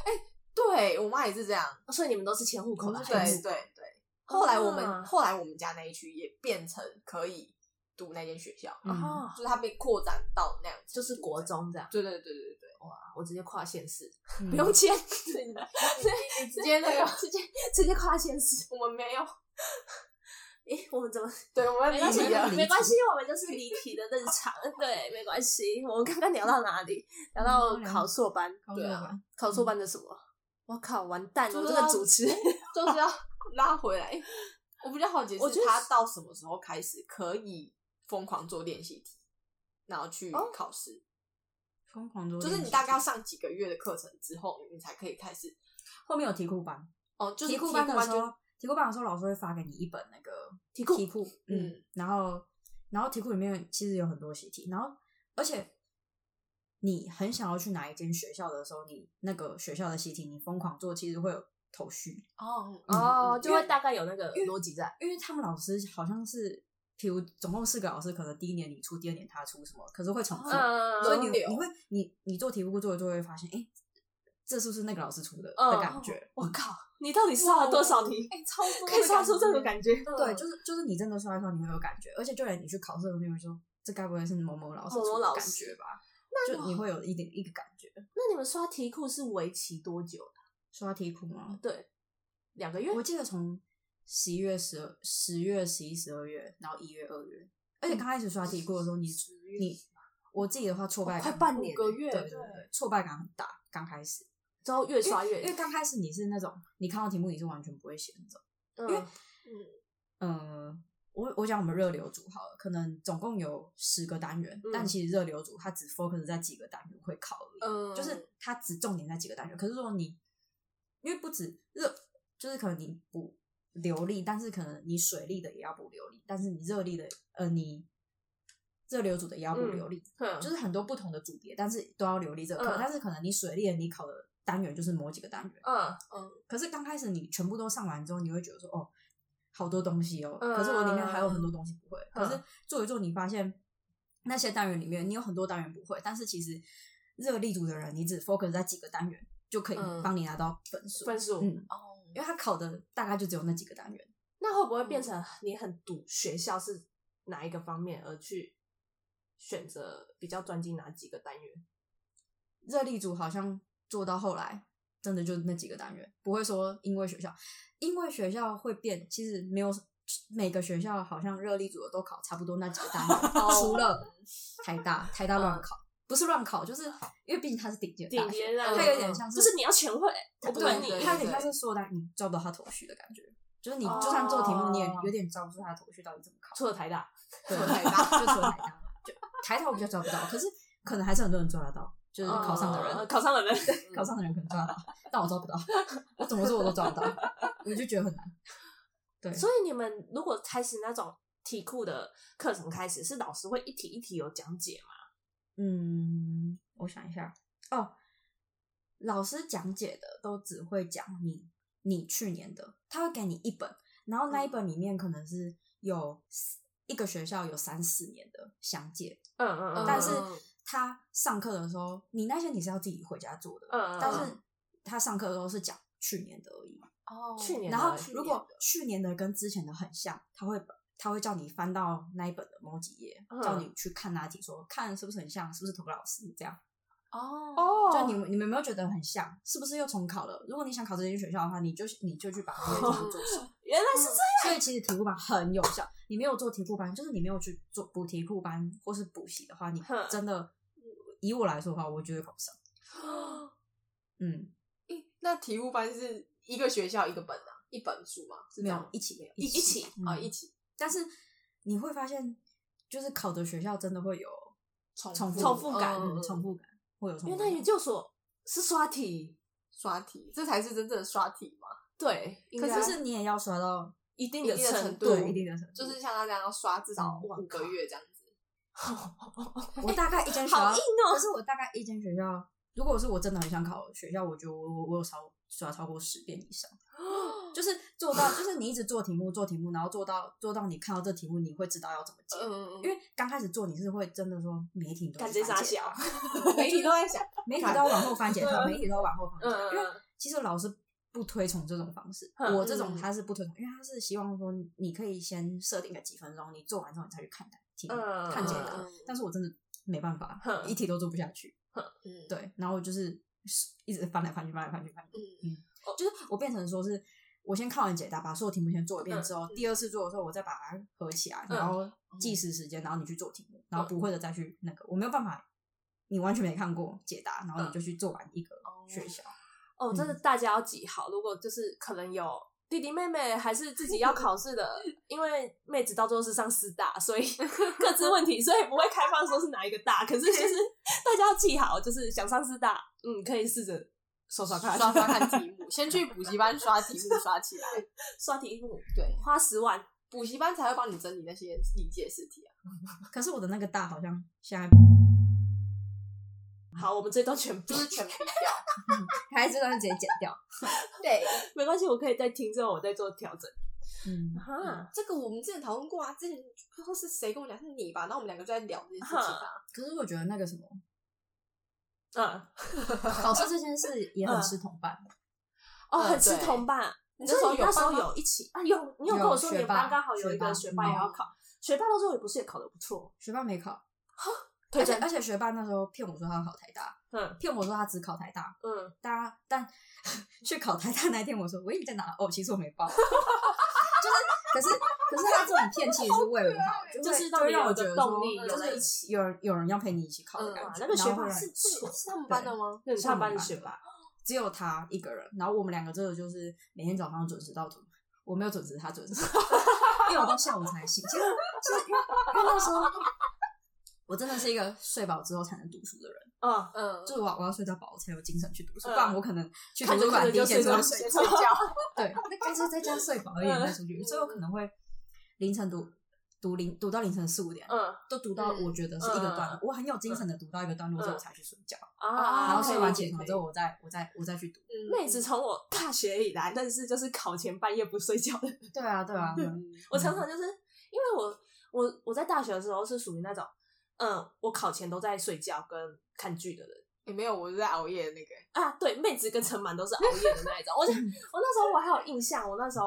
Speaker 2: 对我妈也是这样，
Speaker 1: 所以你们都是前户口
Speaker 4: 我
Speaker 1: 吧
Speaker 4: 们？是
Speaker 2: 对
Speaker 4: 全部
Speaker 2: 对对。后来我们、
Speaker 1: 啊
Speaker 2: 后来我们家那一区也变成可以读那间学校，
Speaker 4: 嗯，
Speaker 1: 哦，
Speaker 2: 就是它被扩展到那样子，
Speaker 1: 就是国中这样，
Speaker 2: 对对对对对。
Speaker 1: 我直接跨县市，
Speaker 4: 嗯
Speaker 1: 不用签，哎啊
Speaker 2: 直接那个，
Speaker 1: 直接直接跨县市。
Speaker 2: 我们没有，
Speaker 1: 诶，我们怎么？
Speaker 2: 对，我们
Speaker 1: 没关系
Speaker 2: 理
Speaker 4: 你
Speaker 2: 解了
Speaker 4: 们，
Speaker 1: 没关系，我们就是离题的日常。对，没关系。我们刚刚聊到哪里？聊到
Speaker 4: 嗯
Speaker 1: 考硕班，
Speaker 4: 高中
Speaker 2: 对啊
Speaker 4: 吧
Speaker 1: 考硕班的什么？我靠，完蛋了！
Speaker 2: 就
Speaker 1: 我
Speaker 2: 是
Speaker 1: 这
Speaker 2: 要哎
Speaker 1: 个主持 人
Speaker 2: 就是要拉回来。我比较好解
Speaker 1: 我觉
Speaker 2: 释
Speaker 1: 得
Speaker 2: 他到什么时候开始可以疯狂做练习题，然后去
Speaker 1: 哦
Speaker 2: 考试。
Speaker 4: 疯狂做
Speaker 2: 就
Speaker 4: 练习，
Speaker 2: 是你大概要上几个月的课程之后，你才可以开始。
Speaker 4: 后面有题库班，
Speaker 2: 哦，就是
Speaker 4: 题库班的时候，题库班的时候，老师会发给你一本那个
Speaker 1: 题库
Speaker 4: 题库，嗯，然后然后题库里面其实有很多习题，然后而且你很想要去哪一间学校的时候，你那个学校的习题你疯狂做，其实会有头绪，
Speaker 2: 哦
Speaker 1: 哦，就
Speaker 4: 因
Speaker 1: 会
Speaker 4: 为
Speaker 1: 大概有那个
Speaker 4: 因为
Speaker 1: 逻辑在。
Speaker 4: 因为他们老师好像是，譬如总共四个老师，可能第一年你出，第二年他出什么，可是会重复，
Speaker 1: 嗯
Speaker 4: 所以你
Speaker 2: 轮流
Speaker 4: 你会你你做题库做一做会发现，哎、这是不是那个老师出的、
Speaker 1: 嗯
Speaker 4: 的感觉？
Speaker 1: 我靠，你到底刷了多少题？
Speaker 2: 哎，超多的
Speaker 1: 可以刷出这种
Speaker 2: 感
Speaker 1: 感觉？
Speaker 4: 对，就是就是你真的刷一刷，你会有感觉，而且就连你去考试的时候，你会说这该不会是某某老师
Speaker 1: 某某
Speaker 4: 出的
Speaker 1: 老
Speaker 4: 感
Speaker 1: 师
Speaker 4: 觉吧？那就你会有一点一个感觉。
Speaker 1: 那你们刷题库是为期多久的？
Speaker 4: 刷题库吗？
Speaker 1: 对，两个月。
Speaker 4: 我记得从十一月十二、十月十一、十二月，然后一月、二月，而
Speaker 1: 嗯
Speaker 4: 且刚开始刷题库的时候，你你我自己的话挫败
Speaker 1: 哦快
Speaker 4: 感
Speaker 1: 半
Speaker 2: 五
Speaker 1: 年
Speaker 2: 个
Speaker 1: 了，
Speaker 2: 月，
Speaker 4: 对对对，对挫败感很大。刚开始
Speaker 1: 之后越
Speaker 4: 因为
Speaker 1: 刷越
Speaker 4: 因为刚开始你是那种你看到题目你是完全不会写那种。
Speaker 1: 嗯
Speaker 4: 因为呃，我我讲我们热流组好了，可能总共有十个单元，
Speaker 1: 嗯
Speaker 4: 但其实热流组它只 focus 在几个单元会考而已，
Speaker 2: 嗯，
Speaker 4: 就是它只重点在几个单元。可是如果你因为不止热，就是可能你补流力，但是可能你水力的也要补流力，但是你热力的呃你热流组的也要补
Speaker 1: 嗯
Speaker 4: 流力，
Speaker 1: 嗯
Speaker 4: 就是很多不同的组别，但是都要流力这个课，
Speaker 1: 嗯
Speaker 4: 但是可能你水力的你考的单元就是某几个单元，
Speaker 1: 嗯
Speaker 4: 可是刚开始你全部都上完之后，你会觉得说哦，好多东西哦，
Speaker 1: 嗯
Speaker 4: 可是我里面还有很多东西不会。
Speaker 1: 嗯
Speaker 4: 可是做一做，你发现那些单元里面，你有很多单元不会，但是其实热力组的人，你只 focus 在几个单元就可以
Speaker 2: 嗯
Speaker 4: 帮你拿到分数，
Speaker 1: 分数。
Speaker 4: 嗯
Speaker 2: 哦，
Speaker 4: 因为他考的大概就只有那几个单元。
Speaker 1: 那会不会
Speaker 4: 嗯
Speaker 1: 变成你很赌学校是哪一个方面而去选择比较专精哪几个单元？
Speaker 4: 热力组好像做到后来，真的就那几个单元，不会说因为学校，因为学校会变，其实没有每个学校好像热力组的都考差不多那几个大
Speaker 1: 哦
Speaker 4: 学，除了台大，台大乱考，不是乱考，就是因为毕竟它是顶尖的
Speaker 1: 嗯
Speaker 4: 大
Speaker 1: 顶
Speaker 4: 学，
Speaker 1: 尖的，嗯
Speaker 4: 它有点像是哦
Speaker 1: 就是你要全会，我不管
Speaker 4: 对
Speaker 1: 你，
Speaker 2: 对
Speaker 4: 它有点像是说的你抓不到他头绪的感觉，就是你就算做题目，你也
Speaker 1: 哦
Speaker 4: 有点抓不住他头绪到底怎么考。
Speaker 1: 除了台大，
Speaker 4: 对，
Speaker 2: 除了台大
Speaker 4: 就除了台大，就台大我比较抓不到，可是可能还是很多人抓得到，就是考上的人，
Speaker 1: 哦考上的人，
Speaker 4: 考上的人可能抓得到，但我抓不到， 我怎么做我都抓不到，我就觉得很难。对，
Speaker 1: 所以你们如果开始那种题库的课程开始，是老师会一题一题有讲解吗？
Speaker 4: 嗯，我想一下哦，老师讲解的都只会讲你你去年的，他会给你一本，然后那一本里面可能是有四一个学校有三四年的详解，
Speaker 1: 嗯嗯嗯，
Speaker 4: 但是他上课的时候，你那些你是要自己回家做的，
Speaker 1: 嗯嗯，
Speaker 4: 但是他上课的时候是讲去年的而已嘛。
Speaker 2: 哦
Speaker 1: 去年的
Speaker 4: 然后
Speaker 1: 去
Speaker 4: 如果去年的跟之前的很像，他会他会叫你翻到那一本的某几页，
Speaker 1: 嗯
Speaker 4: 叫你去看那题，说看是不是很像，是不是同个老师这样。
Speaker 2: 哦
Speaker 1: 哦，
Speaker 4: 就你们你们有没有觉得很像？是不是又重考了？如果你想考这间学校的话，你就你就去把它做做 熟。
Speaker 1: 原来
Speaker 2: 嗯
Speaker 1: 是
Speaker 4: 所以其实题库班很有效。你没有做题库班，就是你没有去做补题库班或是补习的话，你
Speaker 1: 哼
Speaker 4: 真的以我来说的话，我觉得 考不上。嗯，
Speaker 2: 诶那体育班是一个学校一个本啊，一本书吗？是这
Speaker 4: 没
Speaker 2: 样
Speaker 4: 有
Speaker 2: 吗
Speaker 4: 一起没有
Speaker 2: 一
Speaker 4: 起
Speaker 2: 起
Speaker 4: 嗯
Speaker 2: 啊一起
Speaker 4: 但是你会发现，就是考的学校真的会有
Speaker 2: 重
Speaker 4: 重复
Speaker 1: 重复感
Speaker 2: 嗯嗯
Speaker 4: 嗯
Speaker 2: 嗯
Speaker 4: 重复感会有重
Speaker 1: 因
Speaker 4: 复
Speaker 1: 为那
Speaker 4: 感。
Speaker 1: 研究所是刷题，
Speaker 2: 刷题，这才是真正的刷题嘛。
Speaker 1: 对，应
Speaker 4: 可
Speaker 1: 该
Speaker 4: 是就是你也要刷到
Speaker 1: 一定
Speaker 2: 一定的
Speaker 1: 程
Speaker 2: 程度
Speaker 4: 对一定的程度，
Speaker 2: 就是像他这样要刷至少
Speaker 1: 哇
Speaker 2: 五个月这样子。
Speaker 4: 我大概一间学校
Speaker 1: 好硬哦
Speaker 4: 可是我大概一间学校，如果是我真的很想考的学校，我觉得我我我有超刷超过十遍以 上，就是做到，就是你一直做题目做题目，然后做到做到你看到这题目，你会知道要怎么解。
Speaker 2: 嗯嗯
Speaker 4: 因为刚开始做你是会真的说每一题你都
Speaker 1: 感觉傻
Speaker 4: 傻
Speaker 1: 小，
Speaker 2: 嗯，每题都在想，
Speaker 4: 每一题都要往后翻解它，每一题都要往后翻解
Speaker 1: 嗯
Speaker 4: 它，
Speaker 1: 嗯
Speaker 4: 因为
Speaker 1: 嗯
Speaker 4: 其实老师不推崇这种方式，
Speaker 1: 嗯
Speaker 4: 我这种
Speaker 2: 嗯
Speaker 4: 他是不推崇，因为他是希望说你可以先设定个几分钟，你做完之后你再去看题目、
Speaker 1: 嗯
Speaker 4: 看解
Speaker 2: 嗯
Speaker 4: 答
Speaker 2: 嗯。
Speaker 4: 但是我真的没办法，
Speaker 1: 哼
Speaker 4: 一题都做不下去。
Speaker 2: 嗯，
Speaker 4: 对，然后我就是一直翻来翻去，翻来翻去，翻来翻去，
Speaker 2: 嗯，
Speaker 4: 就是我变成说是。我先看完解答，把所有题目先做一遍
Speaker 1: 嗯
Speaker 4: 之后，第二次做的时候，我再把它合起来，
Speaker 2: 嗯
Speaker 4: 然后计时时间，然后你去做题目，然后不会的再去那个。我没有办法，你完全没看过解答，然后
Speaker 2: 嗯
Speaker 4: 你就去做完一个学校。
Speaker 1: 哦，真的大家要记好，如果就是可能有弟弟妹妹还是自己要考试 的，因为妹子到最后是上师大，所以各自问题，所以不会开放说是哪一个大。可是 就是大家要记好，就是想上师大，嗯，可以试着刷刷看，
Speaker 2: 刷刷看题目，先去补习班刷题目刷起 来。
Speaker 1: 刷题目，
Speaker 2: 对，
Speaker 1: 花十万，
Speaker 2: 补习班才会帮你整理那些理解试题啊。
Speaker 4: 可是我的那个大好像现在
Speaker 1: 好，我们这段全部
Speaker 2: 就是全逼掉。
Speaker 4: 还是这段直接剪掉。
Speaker 2: 对，
Speaker 1: 没关系，我可以再听之后我再做调整。
Speaker 4: 嗯，
Speaker 1: 哈，
Speaker 2: 这个我们之前讨论过啊，之前不知道是谁跟我讲，是你吧？然后我们两个就在聊这件事情啊。
Speaker 4: 可是我觉得 那个什么
Speaker 1: 嗯，
Speaker 4: 考试这件事也很吃同伴，
Speaker 1: 哦，
Speaker 2: 嗯
Speaker 1: 很吃
Speaker 2: 对
Speaker 1: 同伴。
Speaker 2: 你
Speaker 1: 所
Speaker 2: 那时
Speaker 1: 以
Speaker 2: 候
Speaker 1: 你那
Speaker 2: 有
Speaker 1: 时候
Speaker 2: 办吗
Speaker 1: 有一起啊？有，你有跟
Speaker 4: 有
Speaker 1: 我说你
Speaker 4: 学
Speaker 1: 们班
Speaker 4: 霸
Speaker 1: 刚好有一个
Speaker 4: 学
Speaker 1: 学
Speaker 4: 霸
Speaker 1: 霸也
Speaker 2: 嗯
Speaker 1: 要考，学霸到时候也不是也考的不错，
Speaker 4: 学霸没 考，
Speaker 1: 推
Speaker 4: 而且
Speaker 1: 荐，
Speaker 4: 而且学霸那时候骗我说他要考台大，
Speaker 1: 嗯
Speaker 4: 骗我说他只考台大，
Speaker 1: 嗯，
Speaker 4: 但但 去考台大那一天我说喂你在哪？哦，其实我没报， 就是可是可是他这种骗其实是为我好，
Speaker 1: 就
Speaker 4: 就是是
Speaker 1: 让
Speaker 4: 就
Speaker 1: 你
Speaker 4: 会让
Speaker 1: 有
Speaker 4: 我
Speaker 1: 个
Speaker 4: 觉得
Speaker 1: 动力
Speaker 4: 说
Speaker 1: 有在
Speaker 4: 就
Speaker 1: 一
Speaker 4: 是有人有人要陪你一起考的
Speaker 2: 嗯
Speaker 4: 感
Speaker 1: 哇
Speaker 4: 觉，
Speaker 1: 那个学
Speaker 4: 然后
Speaker 1: 霸
Speaker 4: 会让
Speaker 1: 是
Speaker 4: 你
Speaker 1: 是
Speaker 2: 是他们班的吗？
Speaker 1: 对，
Speaker 4: 是
Speaker 1: 他
Speaker 4: 我们
Speaker 1: 班的
Speaker 4: 班
Speaker 1: 学
Speaker 4: 的
Speaker 1: 霸，
Speaker 4: 只有他一个人，然后我们两个真的就是每天早上准时到图，我没有准时，他准时， 因为我到下午才醒。其实其实因为因为那时候我真的是一个睡饱之后才能读书的人，
Speaker 1: 嗯，
Speaker 2: 嗯，
Speaker 4: 就是我要我要睡到饱我才有精神去读书，
Speaker 1: 嗯
Speaker 4: 不然我可能去图
Speaker 1: 看着
Speaker 4: 书
Speaker 1: 看着
Speaker 4: 馆第一
Speaker 1: 就
Speaker 4: 件
Speaker 1: 睡
Speaker 4: 事
Speaker 1: 着嗯
Speaker 4: 会
Speaker 1: 睡
Speaker 4: 睡
Speaker 1: 着
Speaker 4: 觉，
Speaker 1: 觉，
Speaker 4: 对，那干脆在家睡饱一点再出去，所以我可能会凌晨读读凌读到凌晨四五点，
Speaker 1: 嗯
Speaker 4: 都读到我觉得是一个段落，我很有精神的读到一个段落之
Speaker 1: 嗯
Speaker 4: 后我才去睡觉，
Speaker 1: 啊，
Speaker 4: 然后
Speaker 1: 可以
Speaker 4: 睡完
Speaker 1: 可以
Speaker 4: 起床之后我再我再我再去读。
Speaker 2: 嗯
Speaker 1: 妹子从我大学以来认识就是考前半夜不睡觉的人，
Speaker 4: 对啊，对 啊，对啊
Speaker 2: 嗯
Speaker 1: 我常常就是因为我我我在大学的时候是属于那种，嗯，我考前都在睡觉跟看剧的人。
Speaker 2: 也没有，我是在熬夜的那个。
Speaker 1: 啊，对，妹子跟陈满都是熬夜的那一种。我就嗯我那时候我还有印象，我那时候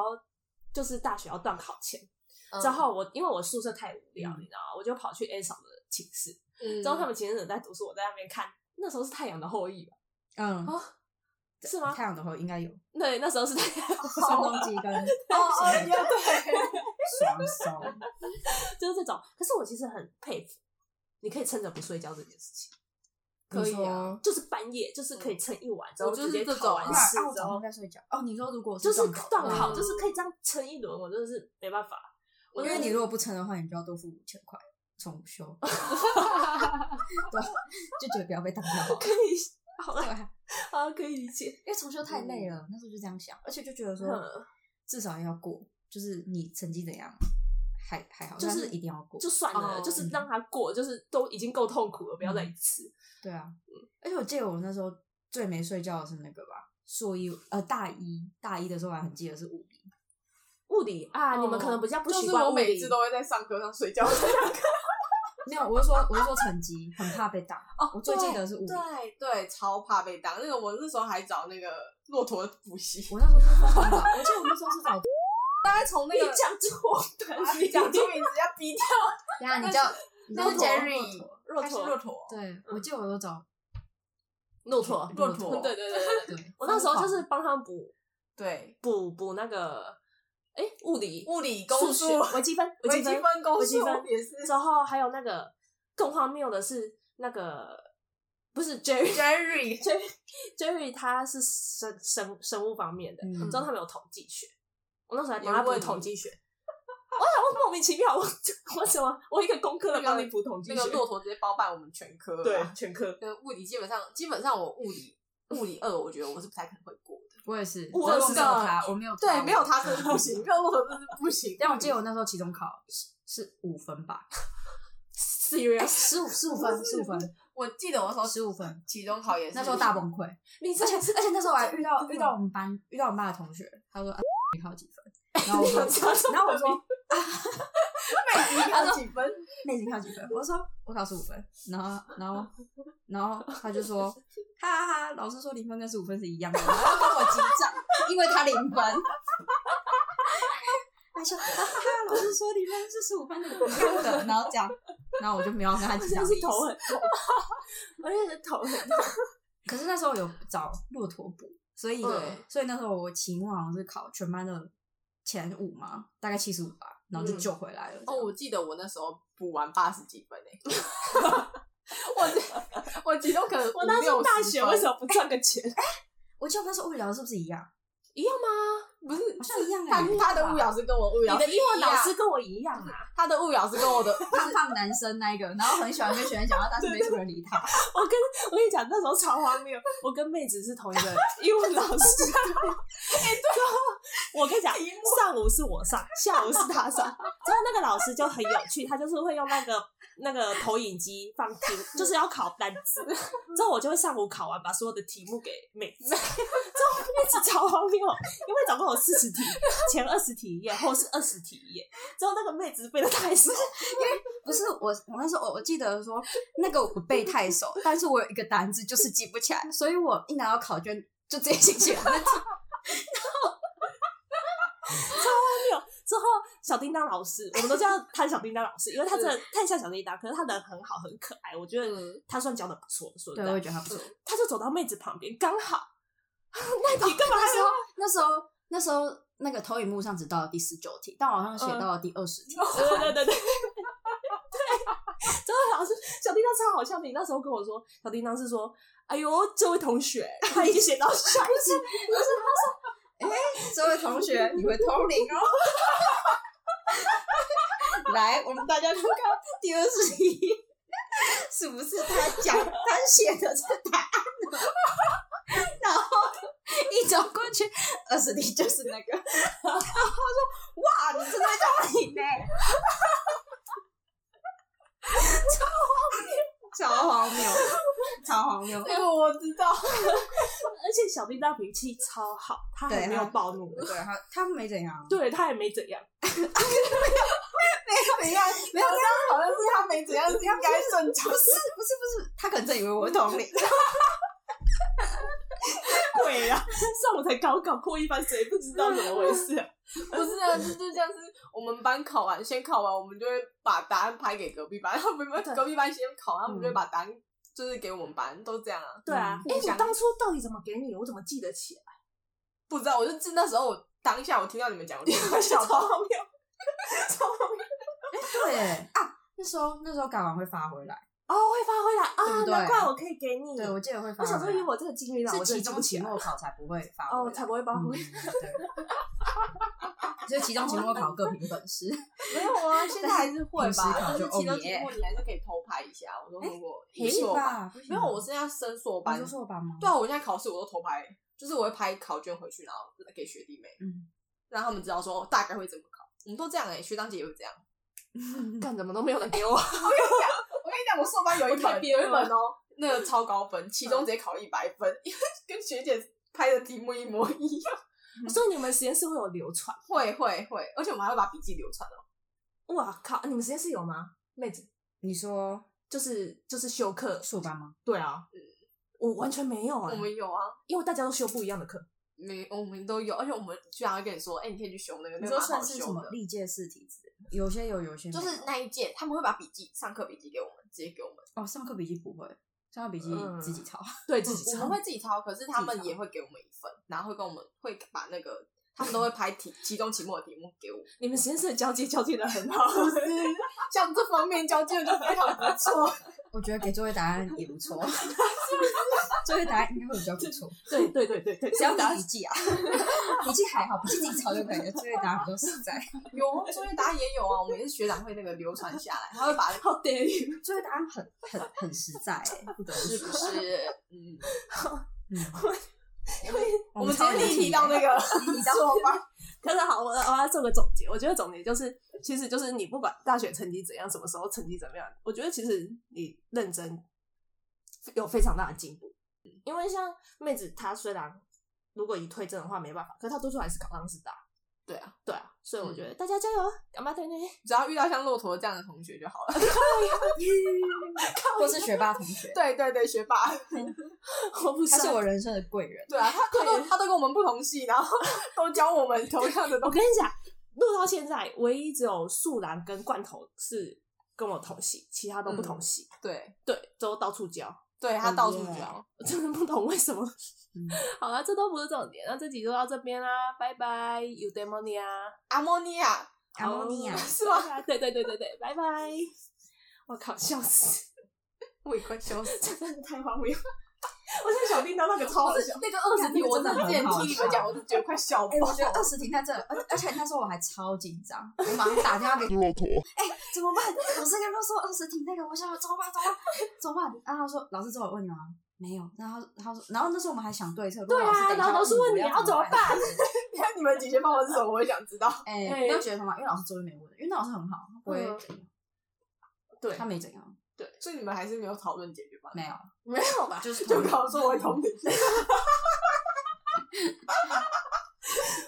Speaker 1: 就是大学要断考前，
Speaker 2: 嗯
Speaker 1: 之后我因为我宿舍太无聊，
Speaker 4: 嗯
Speaker 1: 你知道吗？我就跑去 A 嫂的寝室，
Speaker 2: 嗯，
Speaker 1: 之后他们寝室人在读书，我在那边看。那时候是《太阳的后裔》吧？
Speaker 4: 嗯，
Speaker 1: 哦是吗？
Speaker 4: 太阳的话应该有
Speaker 1: 对，那时候是《太阳的后裔
Speaker 4: 声东击跟
Speaker 2: 哦哦哦，对对，
Speaker 4: 双手。
Speaker 1: 就是这种。可是我其实很佩服，你可以撑着不睡觉这件事情，
Speaker 2: 可以
Speaker 4: 你说
Speaker 2: 啊，
Speaker 1: 就是半夜就是可以撑一晚，之后
Speaker 2: 我就是
Speaker 1: 直接
Speaker 2: 这
Speaker 1: 烤完
Speaker 2: 种啊
Speaker 1: 试
Speaker 4: 那我
Speaker 1: 之
Speaker 4: 早
Speaker 1: 后
Speaker 4: 上，在睡觉。哦，你说如果
Speaker 1: 就是
Speaker 4: 断考的
Speaker 1: 断
Speaker 4: 话，
Speaker 1: 考，
Speaker 2: 嗯
Speaker 1: 就是可以这样撑一轮，我真的是没办法。我
Speaker 4: 因
Speaker 1: 觉
Speaker 4: 为
Speaker 1: 得
Speaker 4: 你如果不撑的话，你就要多付五千块重 修，对，就觉得不要被当掉好了。
Speaker 1: 可以，好嗯
Speaker 4: 对
Speaker 1: 了，
Speaker 4: 啊，
Speaker 1: 好了，可以理解。
Speaker 4: 因为重修太累了，那时候就这样想，而且就觉得说
Speaker 1: 嗯
Speaker 4: 至少要过，就是你成绩怎样还还好，
Speaker 1: 就
Speaker 4: 但
Speaker 1: 是
Speaker 4: 是一定要过，
Speaker 1: 就算了，
Speaker 2: 哦嗯
Speaker 1: 就是让他过，就是都已经够痛苦了，不要再一次。
Speaker 4: 对啊。而且我记得我那时候最没睡觉的是那个吧，硕一呃大一大一的时候我还很记得是物理，
Speaker 1: 物理啊，你们可能比较不
Speaker 2: 哦就
Speaker 1: 习
Speaker 2: 是
Speaker 1: 惯
Speaker 2: 我
Speaker 1: 物
Speaker 2: 每
Speaker 1: 理
Speaker 2: 次，都会在上课上睡 觉。对
Speaker 4: 没有，我是说我是说成绩很怕被打，
Speaker 2: 哦
Speaker 4: 我最记得是物理。
Speaker 2: 对，超怕被当。那个我那时候还找那个骆驼补习，
Speaker 4: 我那时候是疯狂找，我记得我那时候是 找，
Speaker 2: 大概从那
Speaker 1: 你
Speaker 2: 个啊
Speaker 1: 讲错，对，你
Speaker 2: 讲出 名字要逼掉。
Speaker 4: 呀，你 叫你叫
Speaker 2: 那是
Speaker 4: 骆驼
Speaker 2: Jerry，
Speaker 1: 骆
Speaker 2: 他是
Speaker 1: 驼
Speaker 2: 骆驼，
Speaker 4: 对，我记得我都找
Speaker 1: 骆驼，
Speaker 2: 骆驼
Speaker 1: 对对对 对。对
Speaker 4: 对，
Speaker 1: 我那时候就
Speaker 4: 疯
Speaker 1: 是
Speaker 4: 狂
Speaker 1: 帮他们补
Speaker 2: 对，
Speaker 1: 补补那个，哎，物理、
Speaker 2: 物理
Speaker 1: 数
Speaker 2: 公
Speaker 1: 学、
Speaker 2: 数、
Speaker 1: 微积分、
Speaker 2: 微
Speaker 1: 积
Speaker 2: 积
Speaker 1: 分
Speaker 2: 分、公
Speaker 1: 微积
Speaker 2: 数
Speaker 1: 分
Speaker 2: 也是
Speaker 1: 之后还有那个更荒谬的是，那个不是 Jerry
Speaker 2: Jerry，
Speaker 1: Jerry Jerry 他是生生生物方面的，
Speaker 4: 嗯
Speaker 1: 之后他们有统计学，我那时候还帮他
Speaker 2: 也
Speaker 1: 补
Speaker 2: 问你
Speaker 1: 统计学。我想我莫名其妙，我我怎么我一个功课
Speaker 2: 那
Speaker 1: 来
Speaker 2: 个
Speaker 1: 帮你补统计
Speaker 2: 那
Speaker 1: 学
Speaker 2: 个？骆驼直接包办我们全科。
Speaker 1: 对，全科
Speaker 2: 跟物理基本上，基本上我物理物理二，我觉得我是不太可能会过的。
Speaker 4: 嗯我也是，
Speaker 1: 我
Speaker 4: 真的
Speaker 1: 也
Speaker 4: 是
Speaker 1: 是
Speaker 4: 没有他，我没有他
Speaker 2: 对，没有他真的不行，没有骆驼真的是不行。
Speaker 4: 但我记得我那时候期中考是是五分吧，
Speaker 1: serious，
Speaker 4: 哎十五十五分十五分
Speaker 2: 我记得我那时候
Speaker 4: 十五分，
Speaker 2: 期中考也是
Speaker 4: 那时候大崩溃，而
Speaker 1: 你这
Speaker 4: 且而且那时候我还遇到遇到我们班遇到我们班的同学，他说啊你考几分，然后我 说然后我说
Speaker 2: 妹子考几分？
Speaker 4: 妹子你考几分，我说我考十五分，然后然后然后他就说哈哈哈，老师说零分跟十五分是一样的，然后跟我击掌，因为他零分。他说：“哈哈哈，老师说零分是十五分的一样的。”然后讲，然后我就没有跟他
Speaker 1: 我
Speaker 4: 计
Speaker 1: 真
Speaker 4: 较
Speaker 1: 的
Speaker 4: 的
Speaker 1: 是
Speaker 4: 意思。
Speaker 1: 头很痛， 我真的是头很痛。
Speaker 4: 可是那时候有找骆驼补，所以、
Speaker 2: 嗯
Speaker 4: 所以那时候我期末好像是考全班的前五嘛，大概七十五吧，然后就
Speaker 1: 嗯
Speaker 4: 救回来了。
Speaker 2: 哦，我记得我那时候补完八十几分诶、 我我期中可能
Speaker 1: 我那时候大学为什
Speaker 2: 么
Speaker 1: 么不赚个钱？
Speaker 4: 我记得我那时候物理老师是不是一样？
Speaker 1: 一样吗？
Speaker 2: 不是
Speaker 4: 好像一样
Speaker 2: 他
Speaker 4: 哎、欸，
Speaker 2: 他的物理老师跟我物
Speaker 1: 你
Speaker 2: 理老师
Speaker 1: 的英文
Speaker 2: 一样
Speaker 1: 老师跟我一样啊！
Speaker 2: 他的物理老师跟我的
Speaker 4: 胖胖男生那一个，然后很喜欢跟学生讲话，但是没什么人理他。
Speaker 1: 我跟我跟你讲，那时候超荒谬。我跟妹子是同一个英文老师， 哎、对，我跟你讲，上午是我上，下午是他上。然后那个老师就很有趣，他就是会用那个那个投影机放题，就是要考单 字。之后我就会上午考完，把所有的题目给妹子。之后妹子超荒谬，因为总共有四十题，前二十题一页，后是二十题一页。之后那个妹子背的太 熟，
Speaker 4: 不是我，我那时候我我记得说那个我背太熟，但是我有一个单字就是记不起来，所以我一拿到考卷就直接写起来。
Speaker 1: 之后，小叮当老师，我们都叫他小叮当老师，因为他真
Speaker 4: 嗯
Speaker 1: 的太像小叮当，可是他人很好，很可爱，我觉得他算教的不错。说
Speaker 4: 对，
Speaker 1: 真
Speaker 4: 我也
Speaker 1: 的，
Speaker 4: 觉得他不错。
Speaker 1: 他就走到妹子旁边，刚好。 那你干嘛
Speaker 4: 哦那时
Speaker 1: 还
Speaker 4: 候
Speaker 1: 要？
Speaker 4: 那时候那时候那个投影幕上只到了第十九题，但我好像写
Speaker 2: 嗯
Speaker 4: 到了第二十题。
Speaker 1: 对 对对对对。之后老师小叮当超好笑的，你那时候跟我说，小叮当是说：“哎呦，这位同学，他已经写到下一次。
Speaker 4: 这位同学，你会通灵哦。来，我们大家看看第二十题是不是他讲他写的这答案呢？然后一走过去，二十题就是那个。然后他说：“哇，你真的会通灵呢、超荒谬，超荒谬，超荒谬。
Speaker 2: 那个我知道，”
Speaker 1: 而且小叮当脾气超好，他
Speaker 4: 对
Speaker 1: 还没有
Speaker 4: 他
Speaker 1: 暴怒，
Speaker 4: 对他，他没怎样，
Speaker 1: 对他也没怎样。
Speaker 4: 没怎样，没有
Speaker 2: 好像是他没怎样，是应该正常
Speaker 4: 不。是不是不是，他可能真以为我同理。
Speaker 1: 对 啊，上午才高考过一班，谁不知道怎么回事啊？
Speaker 2: 不是啊，就就像是我们班考完，先考完，我们就会把答案拍给隔壁班，他们
Speaker 1: 对嗯
Speaker 2: 隔壁班先考，他们就会把答案就是给我们班，都这样啊。
Speaker 1: 对啊，
Speaker 2: 嗯
Speaker 1: 哎、
Speaker 2: 互
Speaker 1: 我
Speaker 2: 相
Speaker 1: 当初到底怎么给你？我怎么记得起来？
Speaker 2: 不知道，我就记那时候我当下我听到你们讲，我就笑
Speaker 1: 超
Speaker 2: 到
Speaker 1: 荒谬，超
Speaker 4: 对啊，那时候那时候改完会发回来，
Speaker 1: 哦，会发挥来
Speaker 4: 对
Speaker 1: 啊，
Speaker 4: 不对
Speaker 1: 难怪我可以给你。
Speaker 4: 对我记得会发
Speaker 1: 嗯我
Speaker 4: 回来。
Speaker 1: 想说，以我这个经历啦，我
Speaker 4: 是
Speaker 1: 真的
Speaker 4: 期
Speaker 1: 记
Speaker 4: 中
Speaker 1: 不起
Speaker 4: 期
Speaker 1: 来
Speaker 4: 末考才不会发回来，
Speaker 1: 哦，才不会发
Speaker 4: 嗯
Speaker 1: 挥。
Speaker 4: 对。所以期中期末考各凭本事，
Speaker 2: 没有啊，现在还是会
Speaker 4: 平时
Speaker 2: 吧，
Speaker 4: 考
Speaker 2: 但
Speaker 4: 就是
Speaker 2: 期中
Speaker 4: 哦
Speaker 2: 期
Speaker 4: 耶
Speaker 2: 末你还是可以偷拍一下。我说如果
Speaker 4: 不
Speaker 2: 你是
Speaker 4: 行
Speaker 2: 我哎吧，
Speaker 4: 吧？
Speaker 2: 没有，我现在升硕
Speaker 4: 我
Speaker 2: 班
Speaker 4: 就，说我爸妈，
Speaker 2: 对啊，我现在考试我都偷拍，就是我会拍考卷回去，然后给学弟妹，
Speaker 4: 嗯，
Speaker 2: 让他们知道说大概会怎么考。我们都这样哎、学长姐也会这样。
Speaker 1: 干怎么都没有人给我，
Speaker 2: 我跟你讲，我硕班有一本，
Speaker 1: 别
Speaker 2: 有一
Speaker 1: 人
Speaker 2: 本哦，那个超高 分，其中直接考一百分，因为跟学姐拍的题目一模一样。
Speaker 1: 所以你们实验室会有流传？
Speaker 2: 会会会，而且我们还会把笔记流传哦。
Speaker 1: 哇靠！你们实验室有吗？妹子，
Speaker 4: 你说
Speaker 1: 就是就是修课，
Speaker 4: 硕班吗？
Speaker 1: 对啊，我完全没有啊、
Speaker 2: 我们有啊，
Speaker 1: 因为大家都修不一样的课，
Speaker 2: 没我们都有，而且我们居然会跟你说，哎、你可以去修那
Speaker 4: 你
Speaker 2: 个，那
Speaker 4: 说
Speaker 2: 个蛮
Speaker 4: 算
Speaker 2: 好
Speaker 4: 是什
Speaker 2: 修
Speaker 4: 么
Speaker 2: 的。
Speaker 4: 历届试题之类的？有些有，有些没
Speaker 2: 就
Speaker 4: 有
Speaker 2: 是那一届，他们会把笔记上课笔记给我们，直接给我们，
Speaker 4: 哦，上课笔记不会，上课笔记
Speaker 1: 嗯
Speaker 4: 自己抄。
Speaker 1: 对自己
Speaker 2: 我
Speaker 1: 抄
Speaker 2: 们。会自己抄，可是他们
Speaker 4: 自己抄
Speaker 2: 也会给我们一份，然后会跟我们会把那个他们都会拍题期中期末的题目给我们，
Speaker 1: 你们实验室的交接交接的很好，
Speaker 2: 像这方面交接就非常不错。
Speaker 4: 我觉得给作业答案也不 错，作业答案应该会比较不错。
Speaker 1: 对对对对 对，
Speaker 4: 只
Speaker 1: 只
Speaker 4: 要
Speaker 1: 要答
Speaker 4: 打笔记啊， 笔记还好，笔记自己抄就可以了。作业答案比较实在，
Speaker 2: 有啊作业答案也有啊，我们也是学长会那个流传下来，他会把
Speaker 1: 好 dare you！
Speaker 4: 作业答案很很很实在、欸，不得不
Speaker 2: 是
Speaker 4: 说。
Speaker 2: 不是嗯，
Speaker 4: 我
Speaker 2: 我
Speaker 4: 们
Speaker 2: 们直
Speaker 4: 超
Speaker 2: 接立体到那个说吧，
Speaker 1: 可是好，我我要做个总结。我觉得总结就是，其实就是你不管大学成绩怎样，什么时候成绩怎么样，我觉得其实你认真有非常大的进步。因为像妹子，她虽然如果以推甄的话没办法，可是她多数还是考上师大。
Speaker 2: 对啊，
Speaker 1: 对啊，所以我
Speaker 4: 嗯
Speaker 1: 觉得大家加油，干嘛对呢？
Speaker 2: 只要遇到像骆驼这样的同学就好了。
Speaker 4: 或是学霸同 学，
Speaker 2: 对对对，学霸，
Speaker 1: 我不
Speaker 4: 他是
Speaker 1: 算
Speaker 4: 我人生的贵人。
Speaker 2: 对啊，他他都他都跟我们不同系，然后都教我们同样的
Speaker 1: 我
Speaker 2: 东西。
Speaker 1: 跟你讲，录到现在，唯一只有素兰跟罐头是跟我同系，其他都不同系。
Speaker 4: 嗯
Speaker 2: 对
Speaker 1: 对，都到处教，
Speaker 2: 对，他到处
Speaker 4: 哦耶
Speaker 2: 教。
Speaker 1: 我真的不懂为什么。
Speaker 4: 嗯
Speaker 1: 好了，这都不是重点，那这集就到这边啦，拜拜，Eudaimonia，
Speaker 2: 阿莫尼亚，
Speaker 4: 阿
Speaker 2: 哦
Speaker 4: 莫尼亚
Speaker 1: 好 是吗？对对对对对，拜拜。我靠，笑死，
Speaker 2: 我也快笑死。
Speaker 1: 这真的太荒谬了。我现在想听到那个超
Speaker 2: 不
Speaker 1: 好
Speaker 2: 是
Speaker 1: 笑，
Speaker 2: 那个二十题，我真的之前
Speaker 4: 哦
Speaker 2: 听你们讲，我就觉得快笑
Speaker 4: 哎、我
Speaker 2: 爆。
Speaker 4: 觉得二十停在这，而而且那时候我还超紧张，我马上打电话给骆驼，哎、怎么办？老师刚刚说二十停那个，我想说怎么办？怎么办？怎么办？然后他说老师最后问你吗？没有。然后他他说，然后那时候我们还想对策，如果
Speaker 1: 对啊
Speaker 4: 老师等一下
Speaker 1: 然后老师问你
Speaker 4: 我
Speaker 1: 要怎么办？
Speaker 2: 你看你们解决方法是什么？我也想知 道。
Speaker 4: 哎、
Speaker 1: 哎
Speaker 4: 不要觉得什么，因为老师作业没问，因为那老师很好，他不会
Speaker 1: 嗯
Speaker 4: 怎样，
Speaker 1: 对
Speaker 4: 他，没怎样，
Speaker 2: 所以你们还是没有讨论解决方法，
Speaker 4: 没有，
Speaker 1: 没有吧？
Speaker 4: 就是
Speaker 2: 就搞说我同理。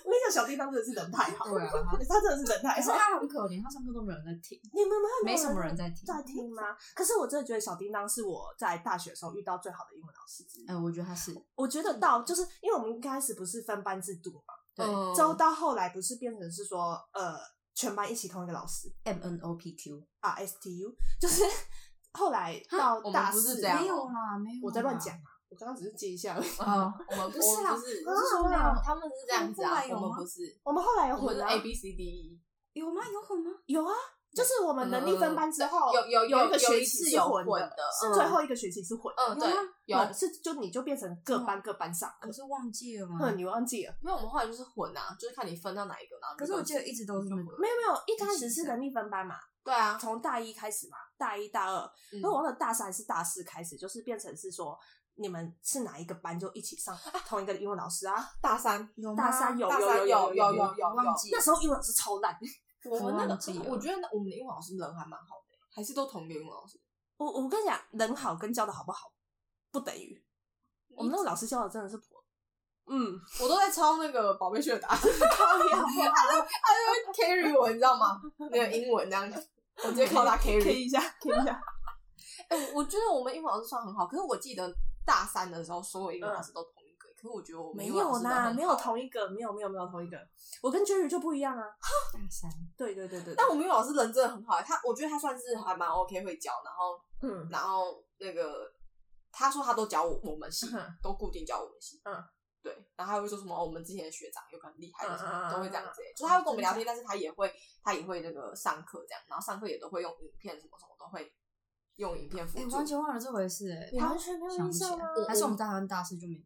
Speaker 1: 我跟你讲，小叮当真的是人太好，
Speaker 4: 对啊
Speaker 1: 他真的是人太
Speaker 4: 可是
Speaker 1: 好。
Speaker 4: 他很可怜，他上课都没有人在听，
Speaker 1: 你们
Speaker 4: 没什么人在听。
Speaker 1: 在听吗？可是我真的觉得小叮当是我在大学的时候遇到最好的英文老师之一。
Speaker 4: 哎、我觉得他是
Speaker 1: 我觉得到就是因为我们一开始不是分班制度嘛，
Speaker 4: 对
Speaker 2: 嗯
Speaker 1: 之后到后来不是变成是说呃全班一起同一个老师
Speaker 4: M N O P Q，
Speaker 1: 啊 STU，就是 后来到
Speaker 2: 我们
Speaker 1: 大
Speaker 2: 不是
Speaker 1: 四
Speaker 2: 这样
Speaker 4: 没
Speaker 2: 哦
Speaker 4: 有啦，没有啦，
Speaker 1: 啊我在乱讲啊，我刚刚只是记一下而已。
Speaker 4: 哦，
Speaker 2: 我们
Speaker 4: 不是啦
Speaker 2: 我们不是啊
Speaker 4: 我是说没有
Speaker 2: 他们是这样子
Speaker 4: 后
Speaker 2: 啊
Speaker 4: 来，有
Speaker 2: 我
Speaker 4: 吗
Speaker 2: 们不是，
Speaker 1: 我们后来有
Speaker 2: 我们
Speaker 1: 混
Speaker 2: 是
Speaker 1: 啊
Speaker 2: A B C D E。
Speaker 4: 有吗？有混吗？
Speaker 1: 有啊，就是我们能力分班之后，
Speaker 2: 嗯有有
Speaker 1: 有一个
Speaker 2: 有有
Speaker 1: 学
Speaker 2: 一
Speaker 1: 期
Speaker 2: 次
Speaker 1: 是
Speaker 2: 有
Speaker 1: 混
Speaker 2: 混
Speaker 1: 的
Speaker 2: 的，
Speaker 1: 是
Speaker 2: 嗯
Speaker 1: 最后一个学期是混的，
Speaker 2: 嗯，对
Speaker 4: 有啊，
Speaker 2: 有。嗯
Speaker 1: 嗯是就你就变成各班各班上课
Speaker 4: 我，是忘记了吗？
Speaker 1: 嗯，你忘记了？
Speaker 2: 没有，我们后来就是混啊，就是看你分到哪一个，然后你
Speaker 4: 可是
Speaker 2: 就
Speaker 4: 我记得一直都是那个，
Speaker 1: 没有没有，一开
Speaker 4: 是
Speaker 1: 始是
Speaker 4: 的
Speaker 1: 能力分班嘛，
Speaker 2: 对啊，
Speaker 1: 从大一开始嘛，大一大二，
Speaker 2: 嗯
Speaker 1: 那我忘了大三还是大四开始，就是变成是说你们是哪一个班就一起上同一个英文老师啊？
Speaker 2: 大三，
Speaker 4: 有吗
Speaker 1: 大三有
Speaker 2: 大三
Speaker 1: 有
Speaker 2: 有
Speaker 1: 有
Speaker 2: 有有有
Speaker 4: 忘记
Speaker 1: 那时候英文老师超烂，
Speaker 2: 我们那
Speaker 4: 忘记了
Speaker 2: 个，我觉得那我们的英文老师人还蛮好的，还是都同一个英文老师。
Speaker 1: 我我跟你讲，人好跟教的好不好不等于，我们那个老师教的真的是婆，嗯，
Speaker 2: 我都在抄那个宝贝学 答案，他就他就会 carry 我，你知道吗？那个英文这样子，我直接靠 他
Speaker 1: K
Speaker 2: carry。
Speaker 1: 一下 K 一下，
Speaker 2: 哎、我觉得我们英文老师算很好，可是我记得大三的时候，所有英文老师都同一个，可是我觉得我 们
Speaker 1: 没
Speaker 2: 英文老
Speaker 1: 有
Speaker 2: 师都很
Speaker 1: 啦，
Speaker 2: 好
Speaker 1: 没有同一个，没有没有没有同一个，我跟 Jerry 就不一样啊，
Speaker 4: 大三，
Speaker 1: 对对对对，对
Speaker 2: 但我们英文老师人真的很好，他我觉得他算是还蛮 OK 会教，然后
Speaker 1: 嗯
Speaker 2: 然后那个他说他都教我我们系
Speaker 1: 嗯，
Speaker 2: 都固定教我们系。
Speaker 1: 嗯，
Speaker 2: 对，然后他会说什么、哦、我们之前的学长有个很厉害的什
Speaker 1: 嗯嗯
Speaker 2: 么，
Speaker 1: 嗯
Speaker 2: 都会这样子、欸就是他会跟我们聊天，但是他也会他也会那个上课这样，然后上课也都会用影片什么什么都会用影片辅
Speaker 4: 哎、
Speaker 2: 助。
Speaker 4: 完全忘了这回事哎、
Speaker 1: 你完全没有
Speaker 4: 想
Speaker 1: 印
Speaker 4: 不起
Speaker 1: 象啊吗？
Speaker 4: 来，还是我们在台湾大四就没有？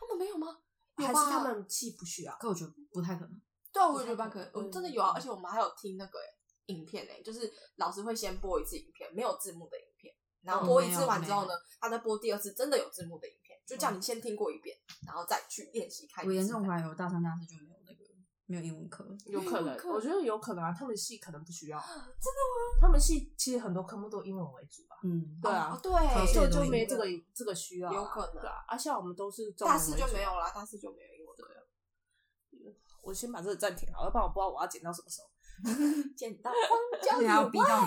Speaker 2: 他们没有吗？
Speaker 1: 还是
Speaker 2: 有吧
Speaker 1: 他们系不需要？
Speaker 4: 可我觉得不太可能。
Speaker 2: 对啊，我也觉得蛮可
Speaker 1: 嗯
Speaker 2: 我们真的有啊，而且我们还有听那个、欸、影片呢、就是老师会先播一次影片，没有字幕的影片，然后播一次完之后呢，他再播第二次真的有字幕的影片，就叫你先听过一遍，然后再去练习看一次。
Speaker 4: 我严重怀疑我大三、大四就没有那个没有英文课了。
Speaker 1: 有可能
Speaker 2: 有可，能
Speaker 1: 我觉得有可能啊，他们系可能不 需要。真的吗？他们系其实很多科目都英文为主吧？
Speaker 4: 嗯，
Speaker 1: 对啊
Speaker 2: 哦，对，
Speaker 4: 考试
Speaker 1: 就
Speaker 4: 也都
Speaker 1: 就
Speaker 4: 英文
Speaker 1: 没这个这个需要啊，
Speaker 2: 有可能
Speaker 1: 对啊。啊，像我们都是中文
Speaker 2: 大四
Speaker 1: 为
Speaker 2: 就
Speaker 1: 主啊
Speaker 2: 没有。啦，大四就没有英文了。
Speaker 1: 我先把这个暂停好了，要不然我不知道我要剪到什么时候。
Speaker 2: 剪刀荒
Speaker 4: 对啊，逼到你。